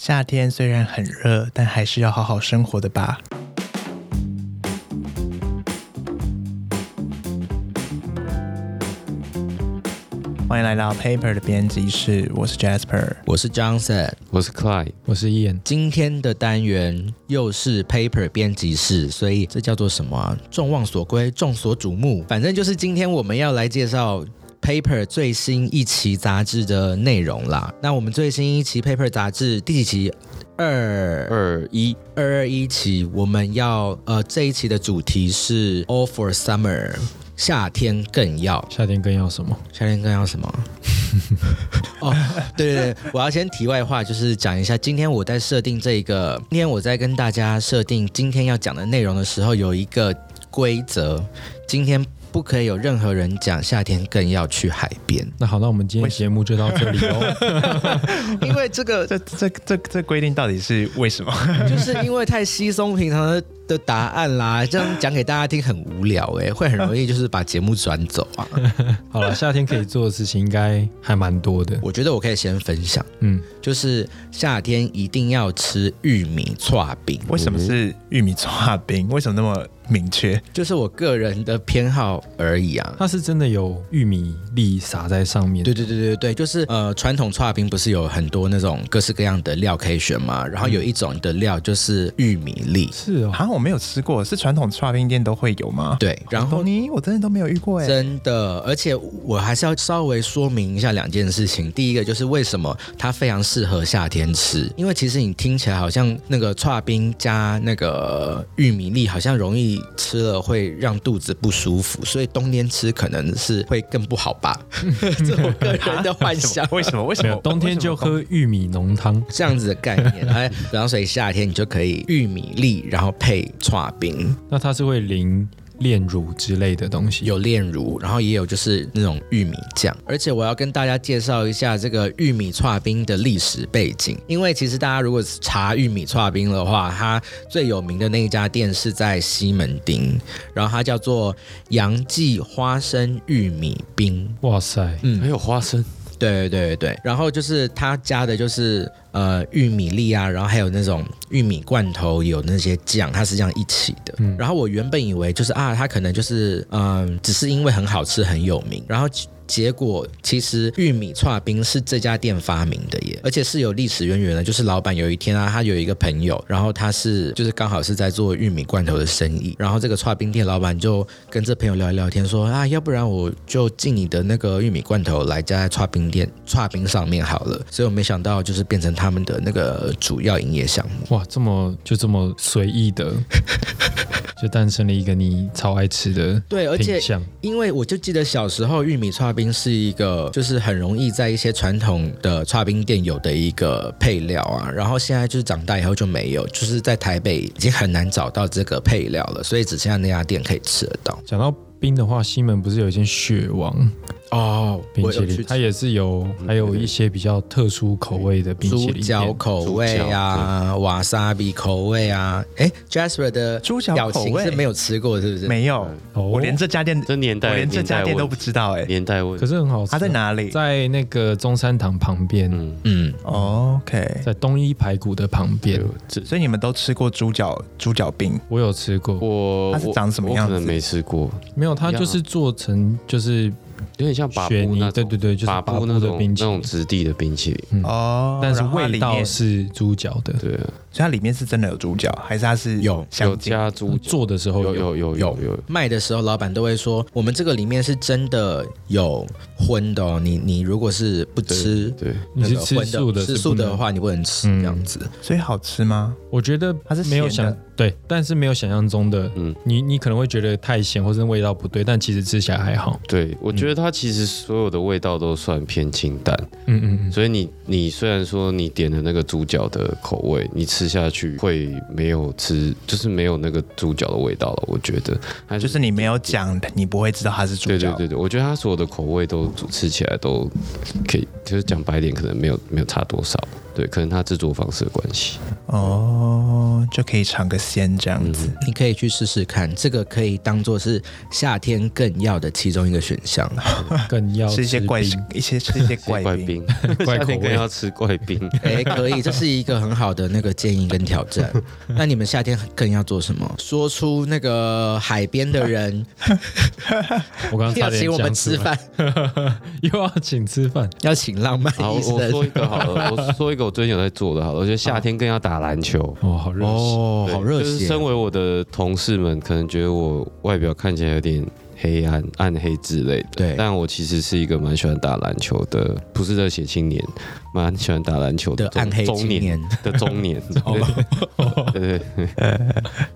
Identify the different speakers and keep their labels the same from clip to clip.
Speaker 1: 夏天虽然很热，但还是要好好生活的吧。欢迎来到 Paper 的编辑室，我是 Jasper。
Speaker 2: 我是 Johnson。
Speaker 3: 我是 Clyde，
Speaker 4: 我是燕，
Speaker 2: 今天的单元又是 Paper 编辑室，所以这叫做什么、啊？众望所归，众所瞩目。反正就是今天我们要来介绍 Paper 最新一期杂志的内容啦。那我们最新一期 Paper 杂志第几期？二
Speaker 3: 二一
Speaker 2: 二二一期，我们要呃这一期的主题是 All for Summer，夏天更要。
Speaker 4: 夏天更要什么？
Speaker 2: 夏天更要什么？ 哦，对对对，我要先题外话，就是讲一下，今天我在设定这个，今天我在跟大家设定今天要讲的内容的时候，有一个规则，今天不可以有任何人讲夏天更要去海边，
Speaker 4: 那好，那我们今天节目就到这里哦。
Speaker 2: 因为这 个
Speaker 1: 这这这这规定到底是为什么？
Speaker 2: 就是因为太稀松平常的的答案啦，这样讲给大家听很无聊哎、会很容易就是把节目转走啊。
Speaker 4: 好了，夏天可以做的事情应该还蛮多 的。
Speaker 2: 我觉得我可以先分享，
Speaker 4: 嗯，
Speaker 2: 就是夏天一定要吃玉米串饼，
Speaker 1: 为什么是玉米刨冰？为什么那么明确？
Speaker 2: 就是我个人的偏好而已啊。
Speaker 4: 它是真的有玉米粒撒在上面。
Speaker 2: 对，对对对对，就是呃，传统串冰不是有很多那种各式各样的料可以选吗？然后有一种的料就是玉米粒，
Speaker 4: 是哦。
Speaker 1: 好像我没有吃过，是传统刨冰店都会有吗？，
Speaker 2: 对，然后
Speaker 1: 你我真的都没有遇过哎、
Speaker 2: 真的，而且我还是要稍微说明一下两件事情。第一个就是为什么它非常适合夏天吃，因为其实你听起来好像那个串冰加那个玉米粒，好像容易吃了会让肚子不舒服，所以冬天吃可能是会更不好 吧？这我个人的幻想。
Speaker 1: 为什么？为什
Speaker 4: 没
Speaker 1: 么
Speaker 4: 有，？冬天就喝玉米浓汤。
Speaker 2: 这样子的概念， 哎，然后所以夏天你就可以玉米粒，然后配串冰，
Speaker 4: 那它是会淋炼乳之类的东西。
Speaker 2: 有炼乳，然后也有就是那种玉米酱。而且我要跟大家介绍一下这个玉米串冰的历史背景，因为其实大家如果查玉米串冰的话，它最有名的那一家店是在西门町，然后它叫做杨记花生玉米冰。
Speaker 4: 哇塞，
Speaker 2: 嗯
Speaker 3: 还有花生，
Speaker 2: 对对对对，然后就是他加的就是呃玉米粒啊，然后还有那种玉米罐头，有那些酱，它是这样一起的。然后我原本以为就是啊，它可能就是嗯、只是因为很好吃很有名，然后结。结果其实玉米串冰是这家店发明的耶，而且是有历史渊源的。就是老板有一天啊，他有一个朋友，然后他是就是刚好是在做玉米罐头的生意，然后这个串冰店老板就跟这朋友聊一聊天说，啊，要不然我就进你的那个玉米罐头来加在串冰店串冰上面好了。所以我没想到就是变成他们的那个主要营业项目。
Speaker 4: 哇，这么就这么随意 的，就诞生了一个你超爱吃的
Speaker 2: 对，而且
Speaker 4: 品相。
Speaker 2: 因为我就记得小时候玉米串冰是一个，就是很容易在一些传统的串冰店有的一个配料啊，然后现在就是长大以后就没有，就是在台北已经很难找到这个配料了，所以只剩下那家店可以吃得到。
Speaker 4: 讲到冰的话，西门不是有一间雪王
Speaker 2: 哦，
Speaker 4: 冰淇淋，它也是有，还有一些比较特殊口味的冰淇
Speaker 2: 猪
Speaker 4: 淋
Speaker 2: 脚
Speaker 4: 店。
Speaker 2: 口味啊，瓦萨比口味啊，哎，Jasper 的
Speaker 1: 猪脚
Speaker 2: 表
Speaker 1: 口
Speaker 2: 情
Speaker 1: 味
Speaker 2: 是没有吃过，是不是？
Speaker 1: 没有，
Speaker 4: 哦
Speaker 1: 我连这家店，
Speaker 3: 这年代
Speaker 1: 我连这家店都不知道哎、
Speaker 3: 年代问
Speaker 4: 可，是很好吃。
Speaker 1: 它啊在？哪里
Speaker 4: 在那个中山堂旁边。
Speaker 3: 嗯，
Speaker 2: 嗯，
Speaker 1: 哦？OK，
Speaker 4: 在东一排骨的旁边
Speaker 3: 对，这
Speaker 1: 所以你们都吃过猪脚猪脚冰？
Speaker 4: 我有吃过，
Speaker 3: 我
Speaker 1: 它是长什么样子
Speaker 3: 我可能没吃过，
Speaker 4: 没有，它就是做成就是
Speaker 3: 有点像巴布
Speaker 4: 雪泥
Speaker 3: 那，
Speaker 4: 对
Speaker 3: 种，
Speaker 4: 对对，就是
Speaker 3: 巴
Speaker 4: 巴
Speaker 3: 布
Speaker 4: 布
Speaker 3: 那
Speaker 4: 的
Speaker 3: 种那
Speaker 4: 冰淇
Speaker 3: 种
Speaker 4: 淋，
Speaker 3: 质地的冰淇淋，
Speaker 1: 哦
Speaker 4: 但是
Speaker 1: 然后它
Speaker 4: 味
Speaker 1: 里
Speaker 4: 道
Speaker 1: 面，
Speaker 4: 是猪脚的，
Speaker 3: 对啊，
Speaker 1: 所以它里面是真的有猪脚，还是它是
Speaker 2: 有
Speaker 1: 香
Speaker 3: 有
Speaker 1: 精？
Speaker 3: 加猪脚，
Speaker 4: 做的时候
Speaker 3: 有有有有有，
Speaker 2: 卖的时候，老板都会说，我们这个里面是真的有荤的哦。你你如果是不吃
Speaker 3: 对，
Speaker 4: 你是
Speaker 2: 那个
Speaker 4: 吃
Speaker 2: 荤
Speaker 4: 素的，
Speaker 2: 的，吃
Speaker 4: 是
Speaker 2: 素
Speaker 4: 不能
Speaker 2: 的，话你不能吃
Speaker 4: 嗯
Speaker 2: 这样子。
Speaker 1: 所以好吃吗？
Speaker 4: 我觉得
Speaker 1: 它是
Speaker 4: 没有
Speaker 1: 咸的
Speaker 4: 想对，但是没有想象中的，
Speaker 3: 嗯
Speaker 4: 你你可能会觉得太咸或者味道不对，但其实吃起来还好，
Speaker 3: 对，我觉得它其实所有的味道都算偏清淡，
Speaker 4: 嗯嗯 嗯，
Speaker 3: 所以你你虽然说你点的那个猪脚的口味，你吃下去会没有吃，就是没有那个猪脚的味道了。我觉得，它
Speaker 1: 就是你没有讲，你不会知道它是猪
Speaker 3: 对对
Speaker 1: 脚。
Speaker 3: 对对，我觉得它所有的口味都吃起来都可以，就是讲白点，可能没有没有差多少。对，可能它制作方式的关系。
Speaker 1: 哦，就可以尝个鲜这样子。
Speaker 2: 你可以去试试看，这个可以当做是夏天更要的其中一个选项。
Speaker 4: 更
Speaker 3: 嗯
Speaker 4: 要
Speaker 1: 吃一些
Speaker 4: 吃
Speaker 1: 怪
Speaker 4: 冰，
Speaker 1: 一些吃一些怪
Speaker 3: 怪
Speaker 1: 冰，
Speaker 3: 冰，
Speaker 4: 怪
Speaker 3: 夏
Speaker 4: 口
Speaker 3: 天更
Speaker 4: 味
Speaker 3: 要吃怪冰。
Speaker 2: 哎，可以，这是一个很好的那个建议跟挑战。那你们夏天更要做什么？说出那个海边的人
Speaker 4: 我刚刚差
Speaker 2: 要
Speaker 4: 点
Speaker 2: 请我们
Speaker 4: 讲
Speaker 2: 吃
Speaker 4: 出来，
Speaker 2: 饭，
Speaker 4: 又要请吃饭，
Speaker 2: 要请浪漫
Speaker 3: 好，
Speaker 2: 医
Speaker 3: 我
Speaker 2: 生
Speaker 3: 说。一个好了，我说一个我最近有在做的，好了，我觉得夏天更要打篮球。
Speaker 4: 哦，好热情，
Speaker 2: 哦，好热
Speaker 3: 就是
Speaker 2: 血！
Speaker 3: 身为我的同事们，可能觉得我外表看起来有点黑暗、暗黑之类的。
Speaker 2: 对
Speaker 3: 但我其实是一个蛮喜欢打篮球的，不是热血青年，蛮喜欢打篮球
Speaker 2: 的
Speaker 3: 中
Speaker 2: 暗黑
Speaker 3: 中
Speaker 2: 青
Speaker 3: 年
Speaker 2: 年，
Speaker 3: 的中年。对 对对，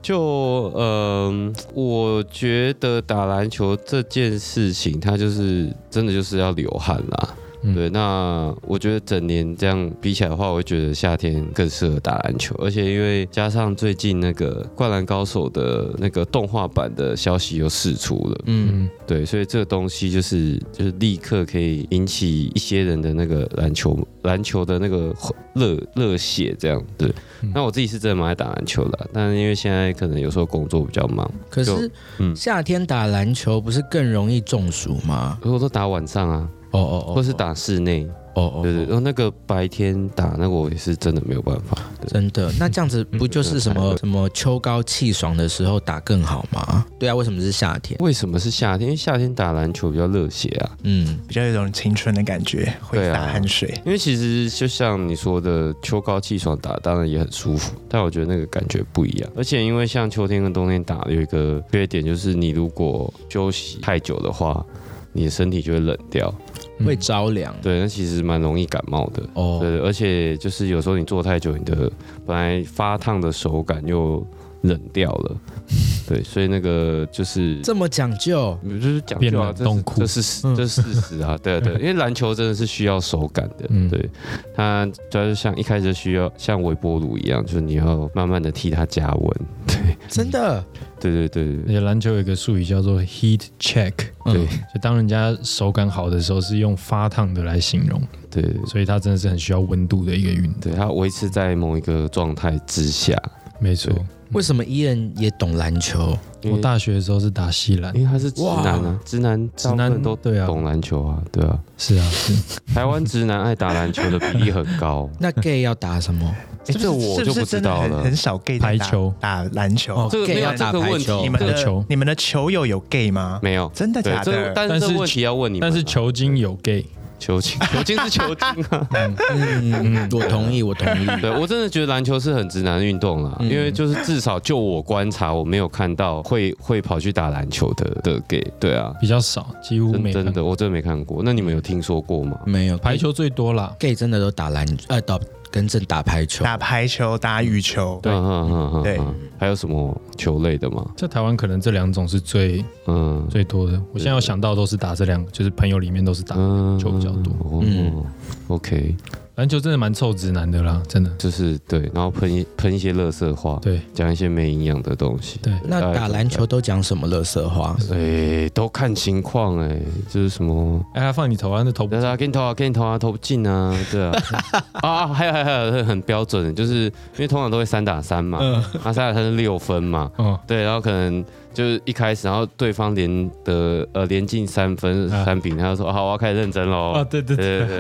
Speaker 3: 就嗯、我觉得打篮球这件事情，它就是真的就是要流汗啦。
Speaker 4: 嗯
Speaker 3: 对，那我觉得整年这样比起来的话，我会觉得夏天更适合打篮球，而且因为加上最近那个《灌篮高手》的那个动画版的消息又释出了，
Speaker 2: 嗯，
Speaker 4: 嗯，
Speaker 3: 对，所以这个东西就是就是立刻可以引起一些人的那个篮球篮球的那个热热血这样子
Speaker 4: 嗯。
Speaker 3: 那我自己是真的蛮爱打篮球的啊，但因为现在可能有时候工作比较忙，
Speaker 2: 可是
Speaker 3: 就嗯
Speaker 2: 夏天打篮球不是更容易中暑吗？
Speaker 3: 我都打晚上啊，
Speaker 2: 哦哦哦，
Speaker 3: 或是打室内，
Speaker 2: 哦哦，
Speaker 3: 对对，然后那个白天打那个我也是真的没有办法。
Speaker 2: 真的，那这样子不就是什么
Speaker 3: 嗯
Speaker 2: 什么秋高气爽的时候打更好吗？对啊，为什么是夏天？
Speaker 3: 为什么是夏天？因为夏天打篮球比较热血啊。
Speaker 2: 嗯，
Speaker 1: 比较有一种青春的感觉，会
Speaker 3: 对啊
Speaker 1: 打汗水。
Speaker 3: 因为其实就像你说的，秋高气爽打当然也很舒服，但我觉得那个感觉不一样。而且因为像秋天跟冬天打有一个缺点，就是你如果休息太久的话，你的身体就会冷掉。
Speaker 4: 嗯
Speaker 2: 会着凉。
Speaker 3: 对，那其实蛮容易感冒的。
Speaker 2: 哦，
Speaker 3: 对，而且就是有时候你坐太久，你的本来发烫的手感又冷掉了。对，所以那个就是
Speaker 2: 这么讲究，
Speaker 3: 就是讲
Speaker 4: 变
Speaker 3: 究啊，
Speaker 4: 冷
Speaker 3: 这
Speaker 4: 冻
Speaker 3: 是
Speaker 4: 库
Speaker 3: 这是事这是事实啊，对啊对啊，因为篮球真的是需要手感的，
Speaker 4: 嗯
Speaker 3: 对，它主要是像一开始需要像微波炉一样，就是你要慢慢的替它加温，
Speaker 2: 真的，
Speaker 3: 对对对
Speaker 4: 而
Speaker 3: 对
Speaker 4: 且篮球有一个术语叫做 heat check，
Speaker 3: 对
Speaker 2: 嗯，
Speaker 4: 就当人家手感好的时候是用发烫的来形容，
Speaker 3: 对对
Speaker 4: 所以它真的是很需要温度的一个运动。
Speaker 3: 对，它维持在某一个状态之下，
Speaker 4: 没错，
Speaker 2: 为什么伊人也懂篮球？
Speaker 3: 因
Speaker 4: 我
Speaker 3: 为
Speaker 4: 大学的时候是打西篮
Speaker 3: 因，为他是直男
Speaker 2: 哇，
Speaker 3: 啊，直男
Speaker 4: 直
Speaker 3: 大部分
Speaker 4: 男
Speaker 3: 都
Speaker 4: 对啊，
Speaker 3: 懂篮球啊，对啊，
Speaker 4: 是啊是，
Speaker 3: 台湾直男爱打篮球的比例很高
Speaker 2: 那 gay 要打什么？
Speaker 3: 哎，这我
Speaker 1: 是
Speaker 3: 就
Speaker 1: 不
Speaker 3: 不
Speaker 1: 是
Speaker 3: 知
Speaker 1: 真的
Speaker 3: 道
Speaker 1: 很
Speaker 3: 了
Speaker 1: 很。少 gay 在
Speaker 4: 排
Speaker 1: 打
Speaker 4: 球
Speaker 1: 打篮球
Speaker 2: 哦，
Speaker 3: 这个
Speaker 2: gay
Speaker 3: 没有
Speaker 2: 要打
Speaker 3: 这个
Speaker 2: 排
Speaker 3: 问题
Speaker 2: 球
Speaker 1: 你们
Speaker 4: 打
Speaker 1: 的
Speaker 4: 球
Speaker 1: 你们的球友有 gay 吗？
Speaker 3: 没有，
Speaker 1: 真的
Speaker 3: 对
Speaker 1: 假，
Speaker 3: 这个
Speaker 1: 的？
Speaker 3: 但是
Speaker 4: 但
Speaker 3: 这
Speaker 4: 是
Speaker 3: 问题要问你们啊，
Speaker 4: 但是球精有 gay，
Speaker 3: 球精，球精是球精啊。
Speaker 2: 嗯，我同 意，我同意。
Speaker 3: 对我真的觉得篮球是很直男的运动啦，
Speaker 2: 嗯
Speaker 3: 因为就是至少就我观察，我没有看到会会跑去打篮球的的 gay。对啊，
Speaker 4: 比较少，几乎没
Speaker 3: 真真
Speaker 4: 看
Speaker 3: 的我真的没看过。那你们有听说过吗？
Speaker 2: 没有
Speaker 4: 排球最多啦，
Speaker 2: ，gay 真的都打篮，呃，打跟正打排球。
Speaker 1: 打排球、打羽球，
Speaker 4: 对
Speaker 3: 嗯嗯嗯嗯
Speaker 1: 对
Speaker 3: 嗯，还有什么球类的吗？
Speaker 4: 在台湾可能这两种是最
Speaker 3: 嗯
Speaker 4: 最多的。我现在有想到都是打这两个，就是朋友里面都是打
Speaker 3: 嗯
Speaker 4: 球比较多
Speaker 3: 哦
Speaker 2: 嗯
Speaker 3: OK，
Speaker 4: 篮球，真的蛮臭直男的啦，真的。
Speaker 3: 就是对，然后喷一喷一些垃圾话，
Speaker 4: 对
Speaker 3: 讲一些没营养的东西。
Speaker 4: 对，
Speaker 2: 那
Speaker 3: 大概
Speaker 2: 打
Speaker 3: 就
Speaker 2: 篮
Speaker 3: 这
Speaker 2: 球
Speaker 3: 样，
Speaker 2: 都讲什么乐色话？
Speaker 3: 哎，都看情况哎，就是什么。
Speaker 4: 哎，他放你头啊，那头不
Speaker 3: 对啊，给你投啊，给你投啊，投不进啊，对 啊，啊，还有还有还有很标准的，就是因为通常都会三打三嘛， 那三打三是六分嘛，
Speaker 4: 嗯哦，
Speaker 3: 对，然后可能就是一开始，然后对方连得呃连进三分
Speaker 4: 啊
Speaker 3: 三比，他就说好，我要开始认真
Speaker 4: 啊，
Speaker 3: 喽，
Speaker 4: 对对对，
Speaker 3: 哦对对对，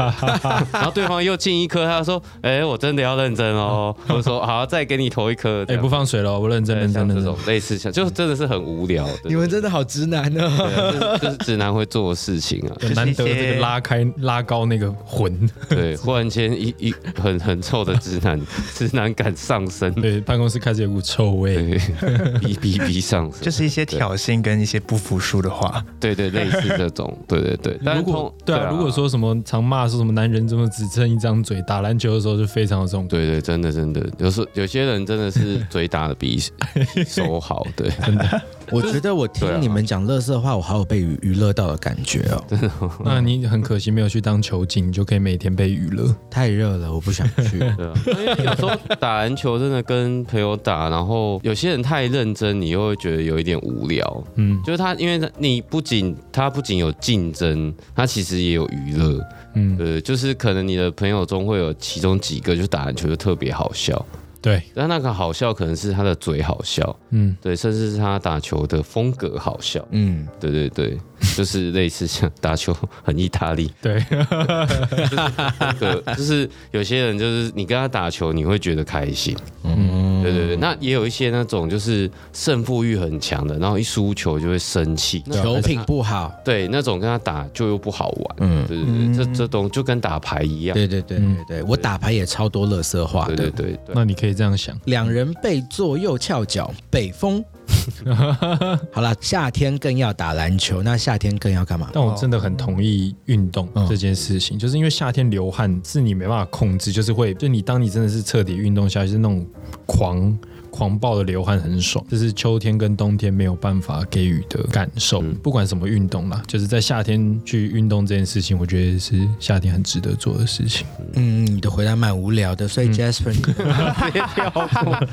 Speaker 3: 然后对方又进一颗，他就说哎，我真的要认真哦，我就说好，再给你投一颗，这
Speaker 4: 啊哎，
Speaker 3: 样
Speaker 4: 不放水了，我认真
Speaker 3: 对啊
Speaker 4: 认真
Speaker 3: 像
Speaker 4: 认
Speaker 3: 这
Speaker 4: 真
Speaker 3: 种。类似像，就真的是很无聊，对
Speaker 2: 们真的好直男
Speaker 3: 对
Speaker 2: 哦！
Speaker 3: 啊就是就是直男会做的事情啊，
Speaker 4: 很难得
Speaker 1: 就是一些
Speaker 4: 这个拉开拉高那个 魂，
Speaker 3: 对，忽然间一一很很臭的直男，直男感上升，
Speaker 4: 对，办公室开始有股臭味，
Speaker 3: 对，逼逼逼上升，
Speaker 1: 就是一些挑衅跟一些不服输的话。
Speaker 3: 对对类似这种，对对对。但
Speaker 4: 如
Speaker 3: 是
Speaker 4: 果
Speaker 3: 通
Speaker 4: 对啊，如果说什么常骂说什么男人怎么只剩一张嘴，打篮球的时候就非常有这种，
Speaker 3: 对对，真的真的，有时候有些人真的是嘴打的 比手好，对，
Speaker 2: 我觉得我
Speaker 3: 对啊
Speaker 2: 听你们讲乐色话，我好有被娱娱乐到的感觉哦。
Speaker 4: 那你很可惜没有去当球精，你就可以每天被娱乐。
Speaker 2: 太热了，我不想 去。
Speaker 3: 对啊。因为有时候打篮球真的跟朋友打，然后有些人太认真，你又会觉得有一点无聊。
Speaker 4: 嗯，
Speaker 3: 就是他，因为他你不仅他不仅有竞争，他其实也有娱乐，
Speaker 4: 嗯，
Speaker 3: 呃，就是可能你的朋友中会有其中几个，就打篮球就特别好笑，
Speaker 4: 对，
Speaker 3: 但那个好笑可能是他的嘴好笑，
Speaker 4: 嗯，
Speaker 3: 对，甚至是他打球的风格好笑，
Speaker 2: 嗯，
Speaker 3: 对对对，就是类似像打球很意大利，
Speaker 4: 对，
Speaker 3: 对，就是有些人就是你跟他打球，你会觉得开心，
Speaker 2: 嗯，
Speaker 3: 对对对。那也有一些那种就是胜负欲很强的，然后一输球就会生气，那
Speaker 2: 球品不好，
Speaker 3: 对那种跟他打就又不好玩，
Speaker 2: 嗯，
Speaker 3: 对对对，这
Speaker 1: 嗯
Speaker 3: 这东就跟打牌一样，
Speaker 2: 对对对对对，我打牌也超多乐色化
Speaker 3: 对对
Speaker 2: 的。
Speaker 3: 对对。
Speaker 4: 那你可以这样想，
Speaker 2: 两人背坐右翘脚，北 风。好啦，夏天更要打篮球，那夏天更要干嘛？
Speaker 4: 但我真的很同意运动
Speaker 2: 哦嗯
Speaker 4: 这件事情，就是因为夏天流汗是你没办法控制，就是会，就你当你真的是彻底运动下去，是那种狂狂暴的流汗很爽，这是秋天跟冬天没有办法给予的感受。
Speaker 2: 嗯
Speaker 4: 不管什么运动啦，就是在夏天去运动这件事情，我觉得是夏天很值得做的事 情。
Speaker 2: 嗯，你的回答蛮无聊的，所以 Jasper，你 的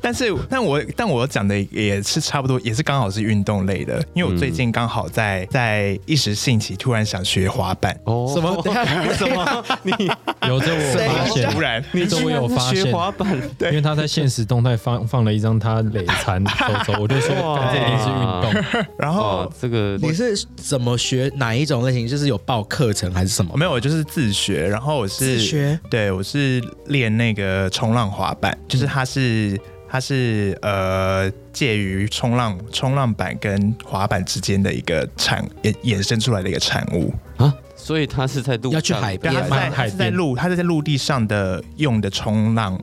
Speaker 1: 但是，但我但我讲的也是差不多，也是刚好是运动类的，因为
Speaker 3: 嗯
Speaker 1: 我最近刚好在在一时兴起，突然想学滑板，
Speaker 3: 哦
Speaker 2: 什么？等一下
Speaker 3: 什么？你
Speaker 4: 有这我
Speaker 2: 谁啊
Speaker 4: 发现，
Speaker 1: 突然
Speaker 4: 你这我有发现
Speaker 3: 学。滑板？
Speaker 4: 因为他在现实动态放放了一张他累 残手肘，我就说
Speaker 3: 哇
Speaker 4: 干这一定是运动。
Speaker 1: 然后
Speaker 3: 哦，这个
Speaker 2: 你是怎么学哪一种类型？就是有报课程还是什
Speaker 3: 哦
Speaker 2: 么？
Speaker 1: 没有，我就是自学，然后我是
Speaker 2: 自学
Speaker 1: 对我是练那个冲浪滑板，
Speaker 4: 嗯
Speaker 1: 就是它是它是呃介于冲浪冲浪板跟滑板之间的一个产衍衍生出来的一个产物，
Speaker 3: 啊，所以他是在路
Speaker 2: 要去
Speaker 3: 上
Speaker 2: 海
Speaker 1: 对，
Speaker 2: 边
Speaker 1: 它是在
Speaker 4: 蛮
Speaker 1: 它
Speaker 4: 海
Speaker 1: 是在
Speaker 4: 边
Speaker 1: 陆它是在陆地上的用的冲浪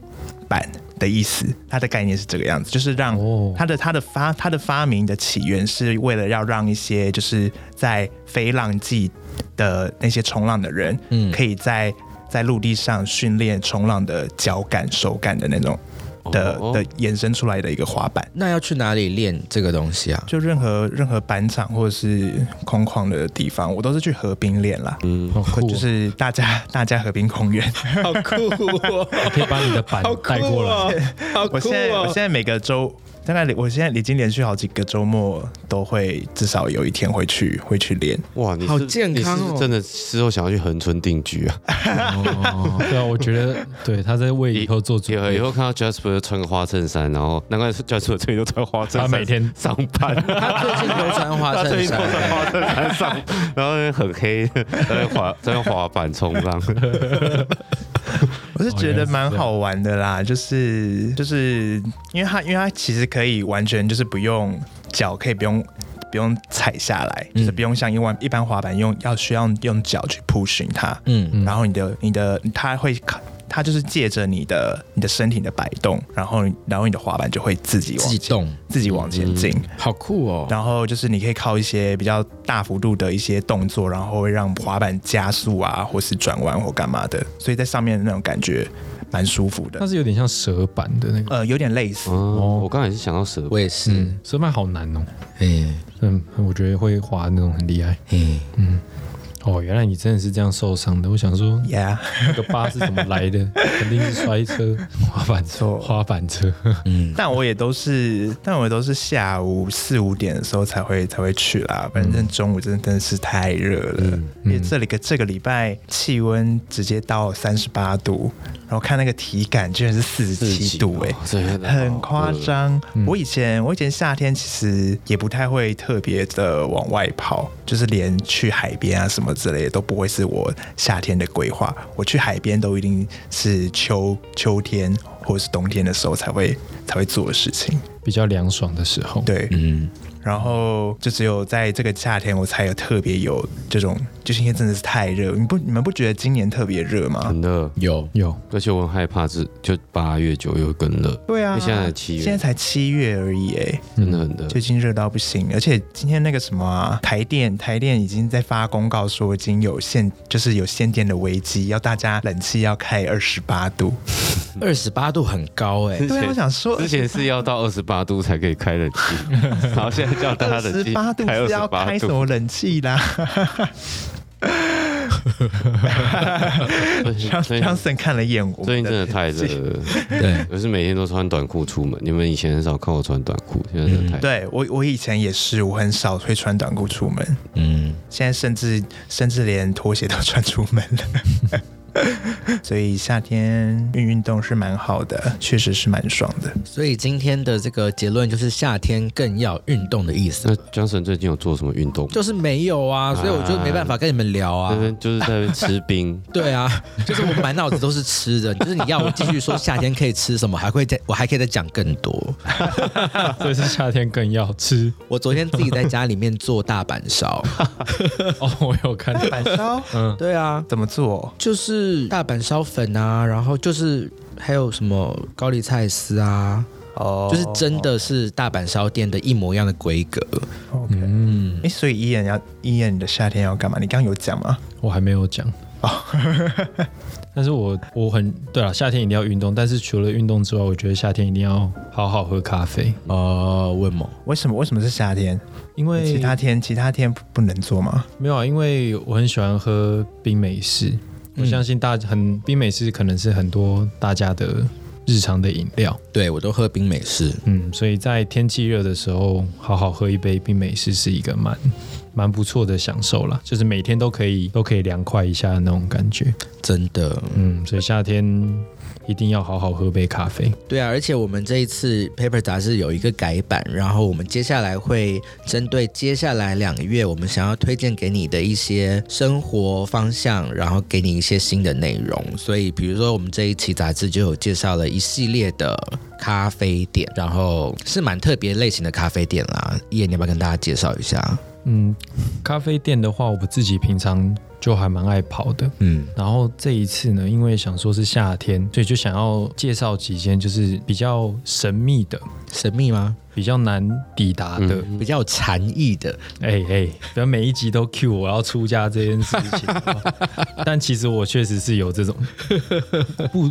Speaker 1: 板的意思，它的概念是这个样子，就是让
Speaker 4: 哦
Speaker 1: 它的它的发它的发明的起源是为了要让一些就是在非浪季的那些冲浪的人，
Speaker 2: 嗯
Speaker 1: 可以在在陆地上训练冲浪的脚感、手感的那种的
Speaker 3: 哦
Speaker 1: 的衍生出来的一个滑板。
Speaker 2: 那要去哪里练这个东西啊？
Speaker 1: 就任何任何板场或者是空旷的地方，我都是去河滨练啦，
Speaker 3: 嗯，
Speaker 4: 好酷哦，
Speaker 1: 就是大家大家河滨公园。
Speaker 2: 好酷哦！
Speaker 4: 可以把你的板
Speaker 2: 好酷
Speaker 4: 带过来。
Speaker 2: 哦！好
Speaker 1: 我
Speaker 2: 酷
Speaker 1: 现在我现
Speaker 2: 哦！
Speaker 1: 在每个周大概我现在已经连续好几个周末都会至少有一天会去会去练。
Speaker 3: 哇，你是
Speaker 2: 好健康哦
Speaker 3: 你是不是真的之后想要去恒春定 居啊？
Speaker 4: 哦， 对啊，我觉得对他在为以后做
Speaker 3: 以
Speaker 4: 准
Speaker 3: 后以
Speaker 4: 备。
Speaker 3: 后看到 Jasper 穿个花衬衫，然后难怪 Jasper 最近都穿花衬衫，
Speaker 4: 他每天
Speaker 3: 上 班，
Speaker 2: 他最近都穿花
Speaker 3: 他最
Speaker 2: 衬
Speaker 3: 近都穿
Speaker 2: 衫，
Speaker 3: 花衬衫上，然后很黑，在那滑在那滑板冲 浪，
Speaker 1: 我是觉得蛮好玩的啦，哦就是就是因为它因为它其实可以完全就是不用脚，可以不用。不用踩下来，就是不用像一般一般滑板用要需要用脚去 pushing 它，
Speaker 2: 嗯，
Speaker 1: 然后你的你的它会它就是借着你的你的身体的摆动，然后然后你的滑板就会自己嗯
Speaker 2: 自
Speaker 1: 往
Speaker 2: 己动，
Speaker 1: 自己往前进，
Speaker 2: 啊嗯好酷哦！
Speaker 1: 然后就是你可以靠一些比较大幅度的一些动作，然后会让滑板加速啊，或是转弯或干嘛的，所以在上面的那种感觉蛮舒服
Speaker 4: 它
Speaker 1: 的。
Speaker 4: 是有点像蛇板的那个，
Speaker 1: 呃，有点类似，
Speaker 3: 哦，我刚才也是想到蛇
Speaker 2: 我也是，
Speaker 4: 嗯，蛇板好难哦，
Speaker 2: 哎
Speaker 4: 嗯，我觉得会滑那种很厉害。
Speaker 2: 哎，
Speaker 4: 哦，原来你真的是这样受伤的，我想说
Speaker 1: yeah，
Speaker 4: 那个疤是怎么来的？ 肯定是摔车、滑板车、
Speaker 1: 错
Speaker 4: 滑板车。
Speaker 1: 但我也都是，但我也都是下午四五点的时候才会才会去啦，反正中午真的真的是太热了，因为这里个这个礼拜气温直接到三十八度，然后看那个体感居然是四十七度
Speaker 2: 欸
Speaker 1: 哎、
Speaker 3: 哦
Speaker 1: 很夸。张。
Speaker 3: 嗯
Speaker 1: 我以前我以前夏天其实也不太会特别的往外跑，就是连去海边啊什么之类的都不会是我夏天的规划。我去海边都一定是秋秋天或者是冬天的时候才会才会做的事情。
Speaker 4: 比较凉爽的时候，
Speaker 1: 对，
Speaker 2: 嗯，
Speaker 1: 然后就只有在这个夏天我才有特别有这种，就是因为真的是太热。你不你们不觉得今年特别热吗？
Speaker 3: 很热，
Speaker 2: 有
Speaker 4: 有
Speaker 3: 而且我很害怕是就八月九月更热，
Speaker 1: 对啊，
Speaker 3: 因为现在才七月
Speaker 1: 现在才七月而已哎、
Speaker 3: 真的很热。
Speaker 1: 最近热到不行，而且今天那个什么啊、台电，台电已经在发公告说已经有限，就是有限电的危机，要大家冷气要开二十八度。
Speaker 2: 二十八度很高哎，
Speaker 1: 对啊，我想说
Speaker 3: 之前是要到二十八度才可以开冷气， 然后现在叫大家
Speaker 1: 二
Speaker 3: 冷
Speaker 1: 十
Speaker 3: 气
Speaker 1: 八度
Speaker 3: 开二
Speaker 1: 是
Speaker 3: 十
Speaker 1: 要
Speaker 3: 八
Speaker 1: 开什
Speaker 3: 度，
Speaker 1: 么冷气啦？
Speaker 3: 所以
Speaker 1: Johnson 看了一眼我
Speaker 3: 最
Speaker 1: 们
Speaker 3: 近真
Speaker 1: 的
Speaker 3: 的太热了，
Speaker 2: 对，
Speaker 3: 我是每天都穿短裤出门。你们以前很少看我穿短裤，现在真的太热……
Speaker 1: 嗯对我，我以前也是，我很少会穿短裤出门，
Speaker 2: 嗯，
Speaker 1: 现在甚至甚至连拖鞋都穿出门了。 所以夏天运运动是蛮好的，确实是蛮爽的。
Speaker 2: 所以今天的这个结论就是夏天更要运动的意思
Speaker 3: 那。Johnson 最近有做什么运动吗？
Speaker 2: 就是没有啊，所以我就没办法跟你们聊啊，
Speaker 3: 那。边就是在那边吃冰
Speaker 2: 对啊，就是我满脑子都是吃 的，就是你要我继续说夏天可以吃什么，还会再我还可以再讲更多。
Speaker 4: 所以是夏天更要吃。
Speaker 2: 我昨天自己在家里面做大阪烧，
Speaker 4: 哦，我有看到，
Speaker 1: 板烧
Speaker 2: 对啊，
Speaker 1: 怎么做？
Speaker 2: 就是大阪烧粉啊，然后就是还有什么高丽菜丝啊，
Speaker 1: 哦
Speaker 2: 就是真的是大阪烧店的一模一样的规格。
Speaker 1: OK。
Speaker 4: 嗯，
Speaker 1: 哎，所以伊人要伊人，你的夏天要干嘛？你刚刚有讲吗？
Speaker 4: 我还没有讲。但是我我很对啊了，夏天一定要运动，但是除了运动之外，我觉得夏天一定要好好喝咖啡，
Speaker 2: 哦，问某，
Speaker 1: 为什么为什么是夏天？
Speaker 4: 因为
Speaker 1: 其他天其他天不不能做吗？
Speaker 4: 没有啊，因为我很喜欢喝冰美式，我相信大很冰美式可能是很多大家的日常的饮料，
Speaker 2: 对我都喝冰美式，
Speaker 4: 嗯，所以在天气热的时候，好好喝一杯冰美式是一个蛮蛮不错的享受啦，就是每天都可以都可以凉快一下的那种感觉，
Speaker 2: 真的。
Speaker 4: 嗯，所以夏天一定要好好喝杯咖啡，
Speaker 2: 对啊，而且我们这一次 Paper 杂志有一个改版，然后我们接下来会针对接下来两个月我们想要推荐给你的一些生活方向，然后给你一些新的内容。所以，比如说我们这一期杂志就有介绍了一系列的咖啡店，然后是蛮特别类型的咖啡店啦。叶，你要不要跟大家介绍一下？
Speaker 4: 嗯，咖啡店的话，我自己平常就还蛮爱跑的，
Speaker 2: 嗯
Speaker 4: 然后这一次呢，因为想说是夏天，所以就想要介绍几间就是比较神秘的、
Speaker 2: 神秘吗？
Speaker 4: 比较难抵达的。
Speaker 2: 比较有禅意的，
Speaker 4: 哎哎，不要每一集都 cue 我要出家这件事情。 但其实我确实是有这种 不，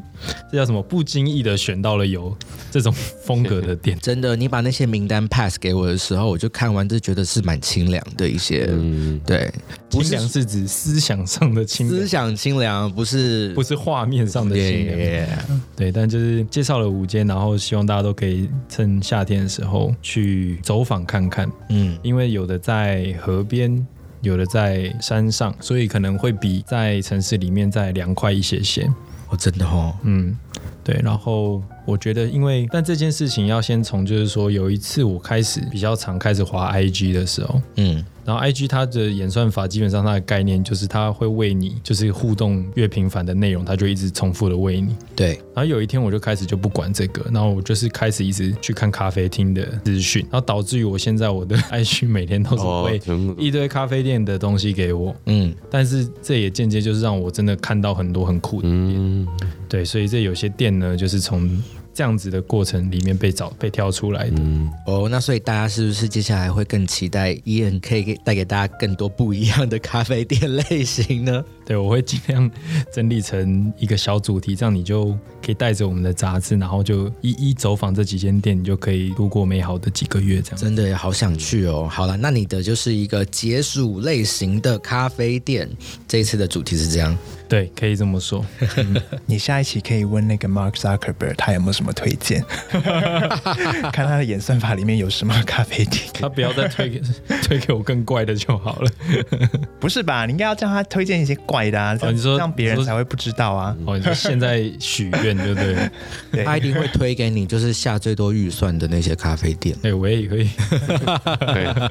Speaker 4: 这叫什么？不经意的选到了有这种风格的 店。
Speaker 2: 真的，你把那些名单 pass 给我的时候，我就看完就觉得是蛮清凉的一些，
Speaker 3: 嗯，
Speaker 2: 对，
Speaker 4: 清凉是指思想上的清
Speaker 2: 思
Speaker 4: 凉，
Speaker 2: 想清凉，不是
Speaker 4: 不是画面上的清凉。对，但就是介绍了五间，然后希望大家都可以趁夏天的时候去走访看看，
Speaker 2: 嗯，
Speaker 4: 因为有的在河边，有的在山上，所以可能会比在城市里面再凉快一些些。
Speaker 2: 我真的哦，
Speaker 4: 嗯，对。然后我觉得，因为但这件事情要先从就是说，有一次我开始比较常开始滑 IG 的时候，
Speaker 2: 嗯，
Speaker 4: 然后 IG 它的演算法基本上它的概念就是它会为你就是互动越频繁的内容，它就一直重复的喂你。
Speaker 2: 对，
Speaker 4: 然后有一天我就开始就不管这个，然后我就是开始一直去看咖啡厅的资讯，然后导致于我现在我的 IG 每天都是
Speaker 3: 哦，
Speaker 4: 会
Speaker 3: 全部都
Speaker 4: 一堆咖啡店的东西给我，
Speaker 2: 嗯，
Speaker 4: 但是这也间接就是让我真的看到很多很酷的，
Speaker 3: 嗯，
Speaker 4: 对，所以这有些店呢，就是从这样子的过程里面被找被挑出来的，
Speaker 2: 哦，那所以大家是不是接下来会更期待伊恩可以给带给大家更多不一样的咖啡店类型呢？
Speaker 4: 对我会尽量整理成一个小主题，这样你就可以带着我们的杂志，然后就一一走访这几间店，你就可以度过美好的几个月这样。
Speaker 2: 真的也好想去哦。好了，那你的就是一个解暑类型的咖啡店，这一次的主题是这样。
Speaker 4: 对，可以这么说。
Speaker 1: 你下一期可以问那个 Mark Zuckerberg 他有没有什么推 荐，看他的演算法里面有什么咖啡厅。
Speaker 4: 他不要再推给推给我更怪的就好了。
Speaker 1: 不是吧？你应该要叫他推荐一些怪的啊，这样
Speaker 4: 你说
Speaker 1: 这样别
Speaker 4: 你
Speaker 1: 人
Speaker 4: 说
Speaker 1: 才会不知道啊。
Speaker 4: 哦，你说现在许愿对不对？
Speaker 1: 对，
Speaker 2: 他一定会推给你，就是下最多预算的那些咖啡店。
Speaker 4: 哎、我也可以。
Speaker 3: 对，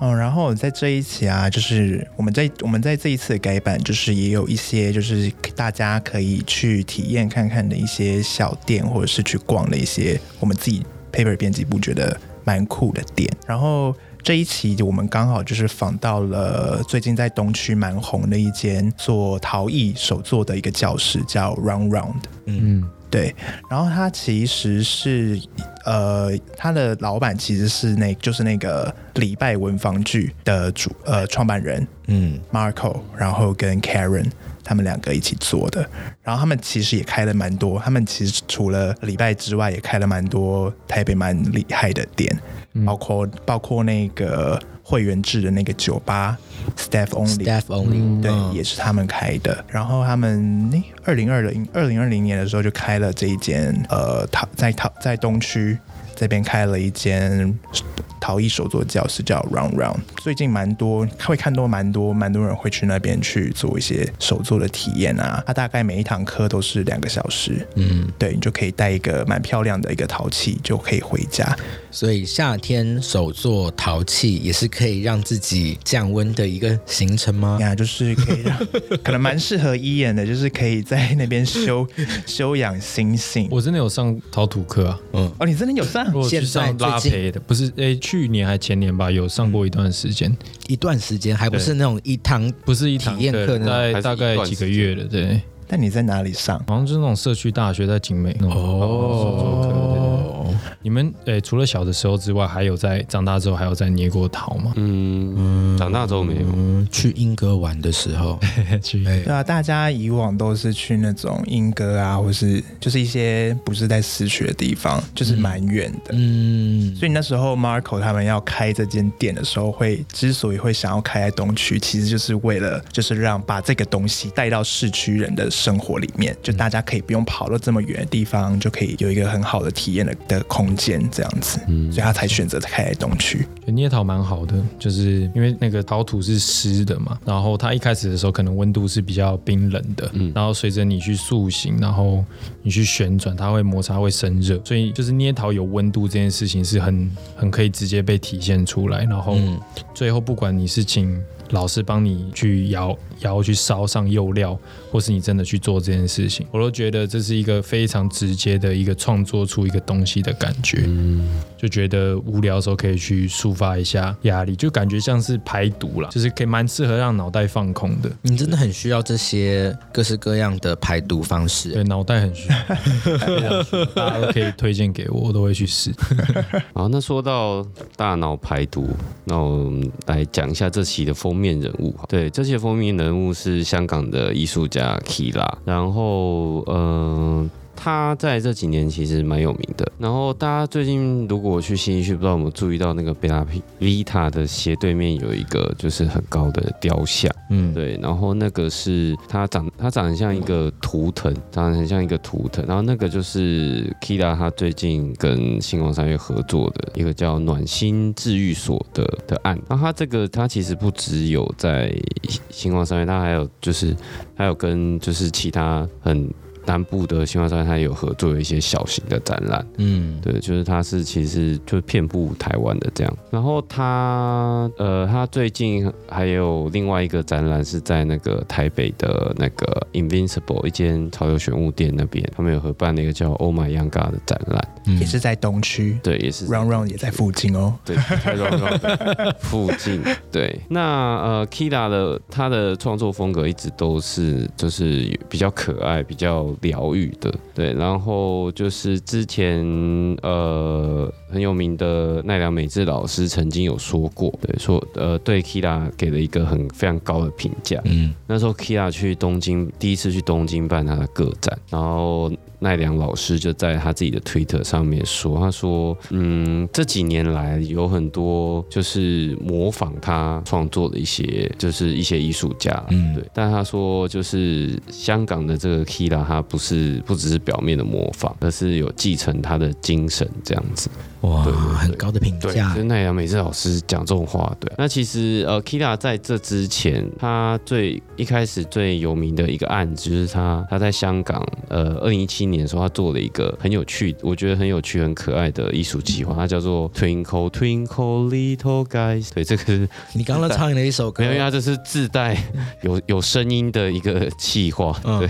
Speaker 1: 嗯，然后在这一期啊，就是我们在我们在这一次的改版，就是也有一些就是大家可以去体验看看的一些小店，或者是去逛的一些我们自己 paper 编辑部觉得蛮酷的店。然后这一期我们刚好就是访到了最近在东区蛮红的一间做陶艺手作的一个教室，叫 Round Round。
Speaker 4: 嗯，
Speaker 1: 对，然后他其实是，呃，他的老板其实是那，就是那个礼拜文房具的主呃创办人
Speaker 2: 嗯
Speaker 1: Marco，然后跟 Karen 他们两个一起做的。然后他们其实也开了蛮多，他们其实除了礼拜之外，
Speaker 2: 嗯
Speaker 1: 也开了蛮多台北蛮厉害的店，包括包括那个会员制的那个酒吧 staff
Speaker 3: 嗯
Speaker 1: only。
Speaker 2: ，staff only，
Speaker 1: 对，
Speaker 2: 嗯
Speaker 1: 也是他们开的。然后他们二零二零二零二零年的时候就开了这一间，呃，陶在陶在东区这边开了一间陶艺手作教室，叫 Round Round。最近蛮多会看多蛮多蛮多人会去那边去做一些手作的体验啊。它大概每一堂课都是两个小时，
Speaker 2: 嗯，
Speaker 1: 对你就可以带一个蛮漂亮的一个陶器就可以回家。
Speaker 2: 所以夏天手做陶器也是可以让自己降温的一个行程吗？
Speaker 1: 呀，就是可以让， 可能蛮适合伊眼的，就是可以在那边修修养心性。
Speaker 4: 我真的有上陶土课啊，
Speaker 1: 哦，你真的有上？
Speaker 2: 嗯
Speaker 4: 我有去上
Speaker 2: 现在
Speaker 4: 拉
Speaker 2: 最近
Speaker 4: 培的，不是诶、去年还前年吧，有上过一段时间，
Speaker 2: 一段时间还不是那种一堂
Speaker 4: 不是一堂
Speaker 2: 嗯体验课那种
Speaker 4: 大
Speaker 3: 还是
Speaker 4: 概
Speaker 3: 一
Speaker 4: 大概
Speaker 3: 段
Speaker 4: 几
Speaker 3: 时
Speaker 4: 个
Speaker 3: 间
Speaker 4: 月了，对，
Speaker 1: 但你在哪里上？
Speaker 4: 好像就是那种社区大学在景美那种手作课。对对对
Speaker 2: 哦，
Speaker 4: 你们诶、除了小的时候之外，还有在长大之后还有在捏过陶吗？
Speaker 3: 嗯，长大之后没有。
Speaker 2: 嗯，去英歌玩的时 候，
Speaker 4: 去
Speaker 2: 哎
Speaker 1: 对啊，大家以往都是去那种英歌啊，或是就是一些不是在市区的地方，就是蛮远的。
Speaker 2: 嗯，
Speaker 1: 所以那时候 Marco 他们要开这间店的时候会，之所以会想要开在东区，其实就是为了就是让把这个东西带到市区人的生活里面，
Speaker 2: 嗯
Speaker 1: 就大家可以不用跑到这么远的地方，就可以有一个很好的体验的的空间这样子。
Speaker 2: 嗯
Speaker 1: 所以他才选择开在东区。
Speaker 4: 就捏陶蛮好的，就是因为那个陶土是湿的嘛，然后它一开始的时候可能温度是比较冰冷的，然后随着你去塑形，然后你去旋转，它会摩擦会生热，所以就是捏陶有温度这件事情是很很可以直接被体现出来，然后
Speaker 2: 嗯
Speaker 4: 最后不管你是请老师帮你去摇摇去烧上釉料，或是你真的去做这件事情，我都觉得这是一个非常直接的一个创作出一个东西的感觉。就觉得无聊的时候可以去抒发一下压力，就感觉像是排毒啦，就是可以蛮适合让脑袋放空的。
Speaker 2: 你真的很需要这些各式各样的排毒方式。
Speaker 4: 对，脑袋 很虚，大家都可以推荐给我，我都会 去试。
Speaker 3: 好，那说到大脑排毒，那我们来讲一下这期的封面人物。对，这期的封面人物是香港的艺术家 Kira，然后呃。他在这几年其实蛮有名的，然后大家最近如果去新一区，不知道有没有注意到那个贝拉皮维塔的斜对面有一个就是很高的雕像，
Speaker 2: 嗯，
Speaker 3: 对，然后那个是它长，它长得像一个图腾，长得很像一个图腾。然后那个就是 Kira 他最近跟星光三月合作的一个叫暖心治愈所的的案。那他这个他其实不只有在星光三月，他还有就是还有跟就是其他很南部的星光三月，他也有合作一些小型的展览。
Speaker 2: 嗯，
Speaker 3: 对，就是他是其实就遍布台湾的这样。然后他呃，他最近还有另外一个展览是在那个台北的那个 Invincible 一间潮流玄物店那边，他们有合办了一个叫 Oh My Yanga 的展览，
Speaker 2: 嗯
Speaker 1: 也是在东区
Speaker 3: 对，也是
Speaker 1: ，Round Round 也在附近哦。
Speaker 3: 对，台中附近。对，那呃，Kira 的他的创作风格一直都是就是比较可爱、比较疗愈的。对，然后就是之前呃很有名的奈良美智老师曾经有说过，对，说呃对 Kira 给了一个很非常高的评价。
Speaker 2: 嗯
Speaker 3: 那时候 Kira 去东京，第一次去东京办他的个展，然后奈良老师就在他自己的 Twitter 上面说，他说，嗯，这几年来有很多就是模仿他创作的一些，就是一些艺术家，
Speaker 2: 嗯
Speaker 3: 对，但他说就是香港的这个 Kira，他不是不只是表面的模仿，而是有继承他的精神这样子。
Speaker 2: 哇，
Speaker 3: 对对对
Speaker 2: 很高的评
Speaker 3: 对，
Speaker 2: 价
Speaker 3: 就是。奈良美智老师讲这种话，对。那其实呃，Kira 在这之前，他最一开始最有名的一个案子，就是他他在香港呃，二零一七年的时候，他做了一个很有趣，我觉得很有趣、很可爱的艺术计划，它叫做 Twinkle Twinkle Little Guys。对，这个是
Speaker 2: 你刚刚唱了一首歌
Speaker 3: 没有，因为它这是自带有有声音的一个计划。
Speaker 2: 嗯
Speaker 3: 对，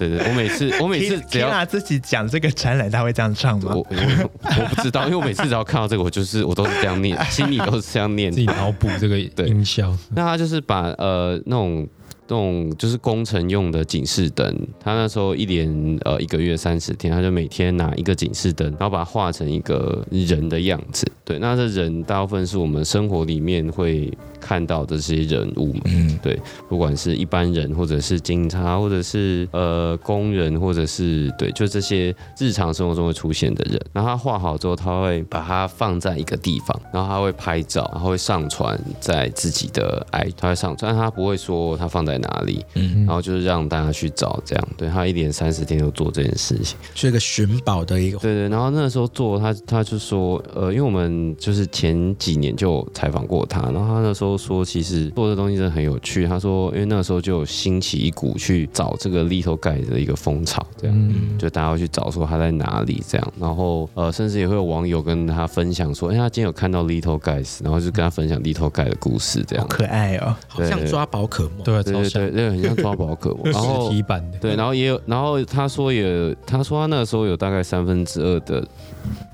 Speaker 3: 对对，我每 次我每次
Speaker 1: Kira-
Speaker 3: 只要
Speaker 1: Kira 自己讲这个展览，他会这样唱吗
Speaker 3: 我？我我不知道，因为我每次只要看到这个，我就是我都是这样念，心里都是这样念
Speaker 4: 自。己脑补这个
Speaker 3: 对
Speaker 4: 音效，
Speaker 3: 那他就是把呃那种那种就是工程用的警示灯，他那时候一连呃一个月三十天，他就每天拿一个警示灯，然后把它画成一个人的样子。对，那这人大部分是我们生活里面会看到的这些人物嘛，
Speaker 2: 嗯，
Speaker 3: 对，不管是一般人，或者是警察，或者是呃工人，或者是对，就这些日常生活中会出现的人。然后他画好之后，他会把它放在一个地方，然后他会拍照，然后会上传在自己的 i，他会上传，但他不会说他放在哪里，
Speaker 2: 嗯
Speaker 3: 然后就是让大家去找这样。对他一连三十天都做这件事情。
Speaker 2: 是一个寻宝的一个，
Speaker 3: 对对，然后那时候做他，他就说，呃，因为我们就是前几年就有采访过他，然后他那时候说，其实做这东西真的很有趣。他说，因为那时候就有兴起一股去找这个立头盖的一个风潮，这样。
Speaker 4: 嗯，
Speaker 3: 就大家会去找说他在哪里这样，然后呃，甚至也会有网友跟他分享说，哎、他今天有看到 Little Guys，然后就跟他分享 Little Guy 的故事这样
Speaker 1: 好。可爱哦，
Speaker 2: 好像抓宝可梦，
Speaker 4: 对啊，
Speaker 3: 对
Speaker 4: 超
Speaker 3: 对
Speaker 4: 像
Speaker 3: 对，对，很像抓宝可 梦。然后
Speaker 4: 实体版的，
Speaker 1: 嗯
Speaker 3: 对，然后也有，然后他说也，他说他那个时候有大概三分之二的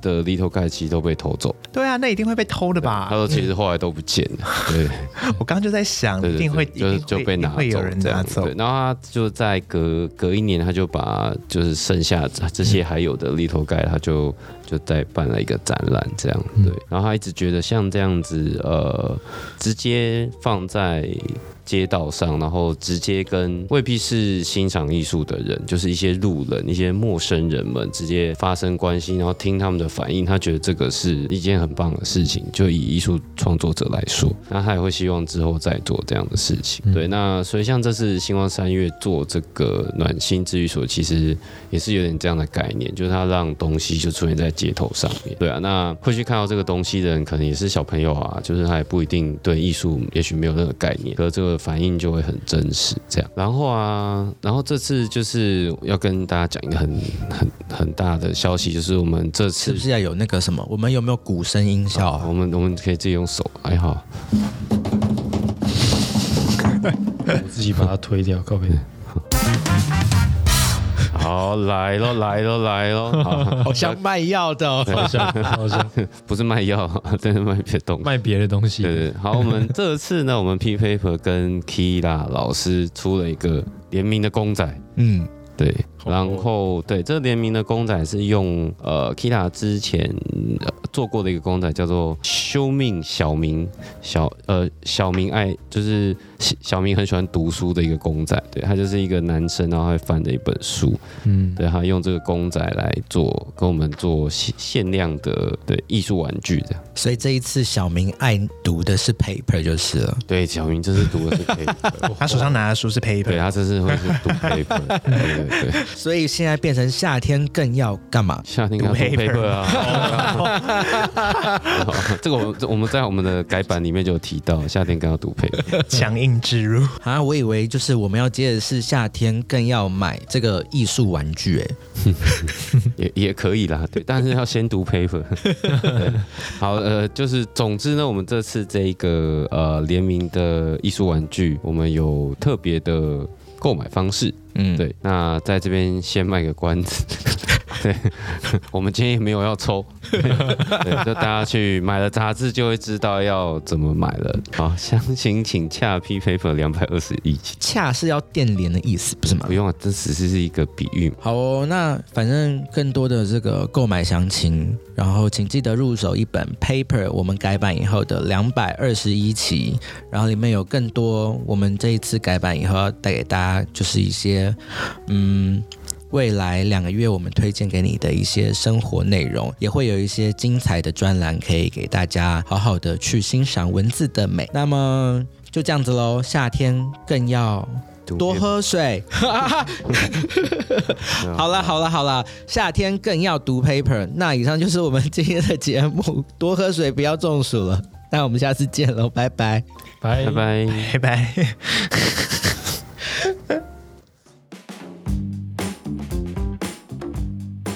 Speaker 3: 的 Little Guy 其实都被偷走，
Speaker 1: 对啊，那一定会被偷的吧
Speaker 3: 他？说其实后来都不见了，对
Speaker 1: 我刚刚就在想，
Speaker 3: 对
Speaker 1: 一定会
Speaker 3: 对，就是
Speaker 1: 一定
Speaker 3: 就
Speaker 1: 会
Speaker 3: 被
Speaker 1: 一定
Speaker 3: 拿
Speaker 1: 会
Speaker 3: 走
Speaker 1: 有人
Speaker 3: 这
Speaker 1: 拿
Speaker 3: 样
Speaker 1: 走
Speaker 3: 对，，然后他就在隔隔一年，他就把就是剩下这些还有的 Little Guy，他就就再办了一个展览这样，对，
Speaker 1: 嗯
Speaker 3: 然后他一直觉得像这样子，呃，直接放在街道上，然后直接跟未必是欣赏艺术的人，就是一些路人、一些陌生人们直接发生关系，然后听他们的反应，他觉得这个是一件很棒的事情。就以艺术创作者来说，那他也会希望之后再做这样的事情。对，那所以像这次星光三月做这个暖心治愈所，其实也是有点这样的概念，就是它让东西就出现在街头上面。对啊，那会去看到这个东西的人，可能也是小朋友啊，就是他也不一定对艺术也许没有任何概念，可是这个反应就会很真实这样。然后啊，然后这次就是要跟大家讲一个很很很大的消息，就是我们这
Speaker 2: 是
Speaker 3: 次
Speaker 2: 不是要有那个什么？我们有没有鼓声音效
Speaker 3: 好
Speaker 2: 啊？
Speaker 3: 我们我们可以自己用手，还好。
Speaker 4: 我自己把它推掉，靠背。
Speaker 3: 好，来咯，来咯，来咯。好，
Speaker 2: 好像卖药的哦，
Speaker 4: 好像好像
Speaker 3: 不是卖药，真的卖别的东西。
Speaker 4: 卖别的东西，
Speaker 3: 对对，好，我 们这次呢，我们 P Paper 跟 Kira 老师出了一个联名的公仔，
Speaker 2: 嗯，
Speaker 3: 对，
Speaker 4: 好
Speaker 3: 然后对这联名的公仔是用呃 Kira 之前、呃做过的一个公仔，叫做“修命小明小呃小明爱”，就是小小明很喜欢读书的一个公仔，对他就是一个男生，然后还翻的一本书，
Speaker 4: 嗯，
Speaker 3: 对他用这个公仔来做跟我们做限限量的对艺术玩具这样。
Speaker 2: 所以这一次小明爱读的是 paper 就是了。
Speaker 3: 对，小明这次 读的是 paper，
Speaker 1: 他手上拿的书是
Speaker 3: 对
Speaker 1: paper，
Speaker 3: 他这次会是 读 paper，对对对，
Speaker 2: 所以现在变成夏天更要干嘛？
Speaker 3: 夏天他读
Speaker 1: 读 paper 哦
Speaker 3: paper 啊。 哦这个我们这我们在我们的改版里面就有提到，夏天刚要读 paper，
Speaker 1: 强硬植入，
Speaker 2: 啊，我以为就是我们要接的是夏天更要买这个艺术玩具，哎，
Speaker 3: 也也可以啦，对，但是要先读 paper。对 好，呃，就是总之呢，我们这次这一个呃联名的艺术玩具，我们有特别的购买方式。
Speaker 2: 嗯，，
Speaker 3: 对，那在这边先卖个关子。对，我们今天也没有要抽，对，就大家去买了杂志就会知道要怎么买了。好，详情请洽 P Paper 两百二十一期。
Speaker 2: 恰是要电联的意思，不是吗
Speaker 3: 不？用啊，这只是一个比喻嘛。
Speaker 2: 好哦，那反正更多的这个购买详情，然后请记得入手一本 Paper 我们改版以后的两百二十一期，然后里面有更多我们这一次改版以后要带给大家就是一些嗯。未来两个月，我们推荐给你的一些生活内容，也会有一些精彩的专栏，可以给大家好好的去欣赏文字的美。那么就这样子喽，夏天更要多喝水。好啦好啦好啦，夏天更要读 paper。那以上就是我们今天的节目，多喝水，不要中暑了。那我们下次见喽，拜拜。
Speaker 4: 拜
Speaker 3: 拜拜。
Speaker 1: 拜拜。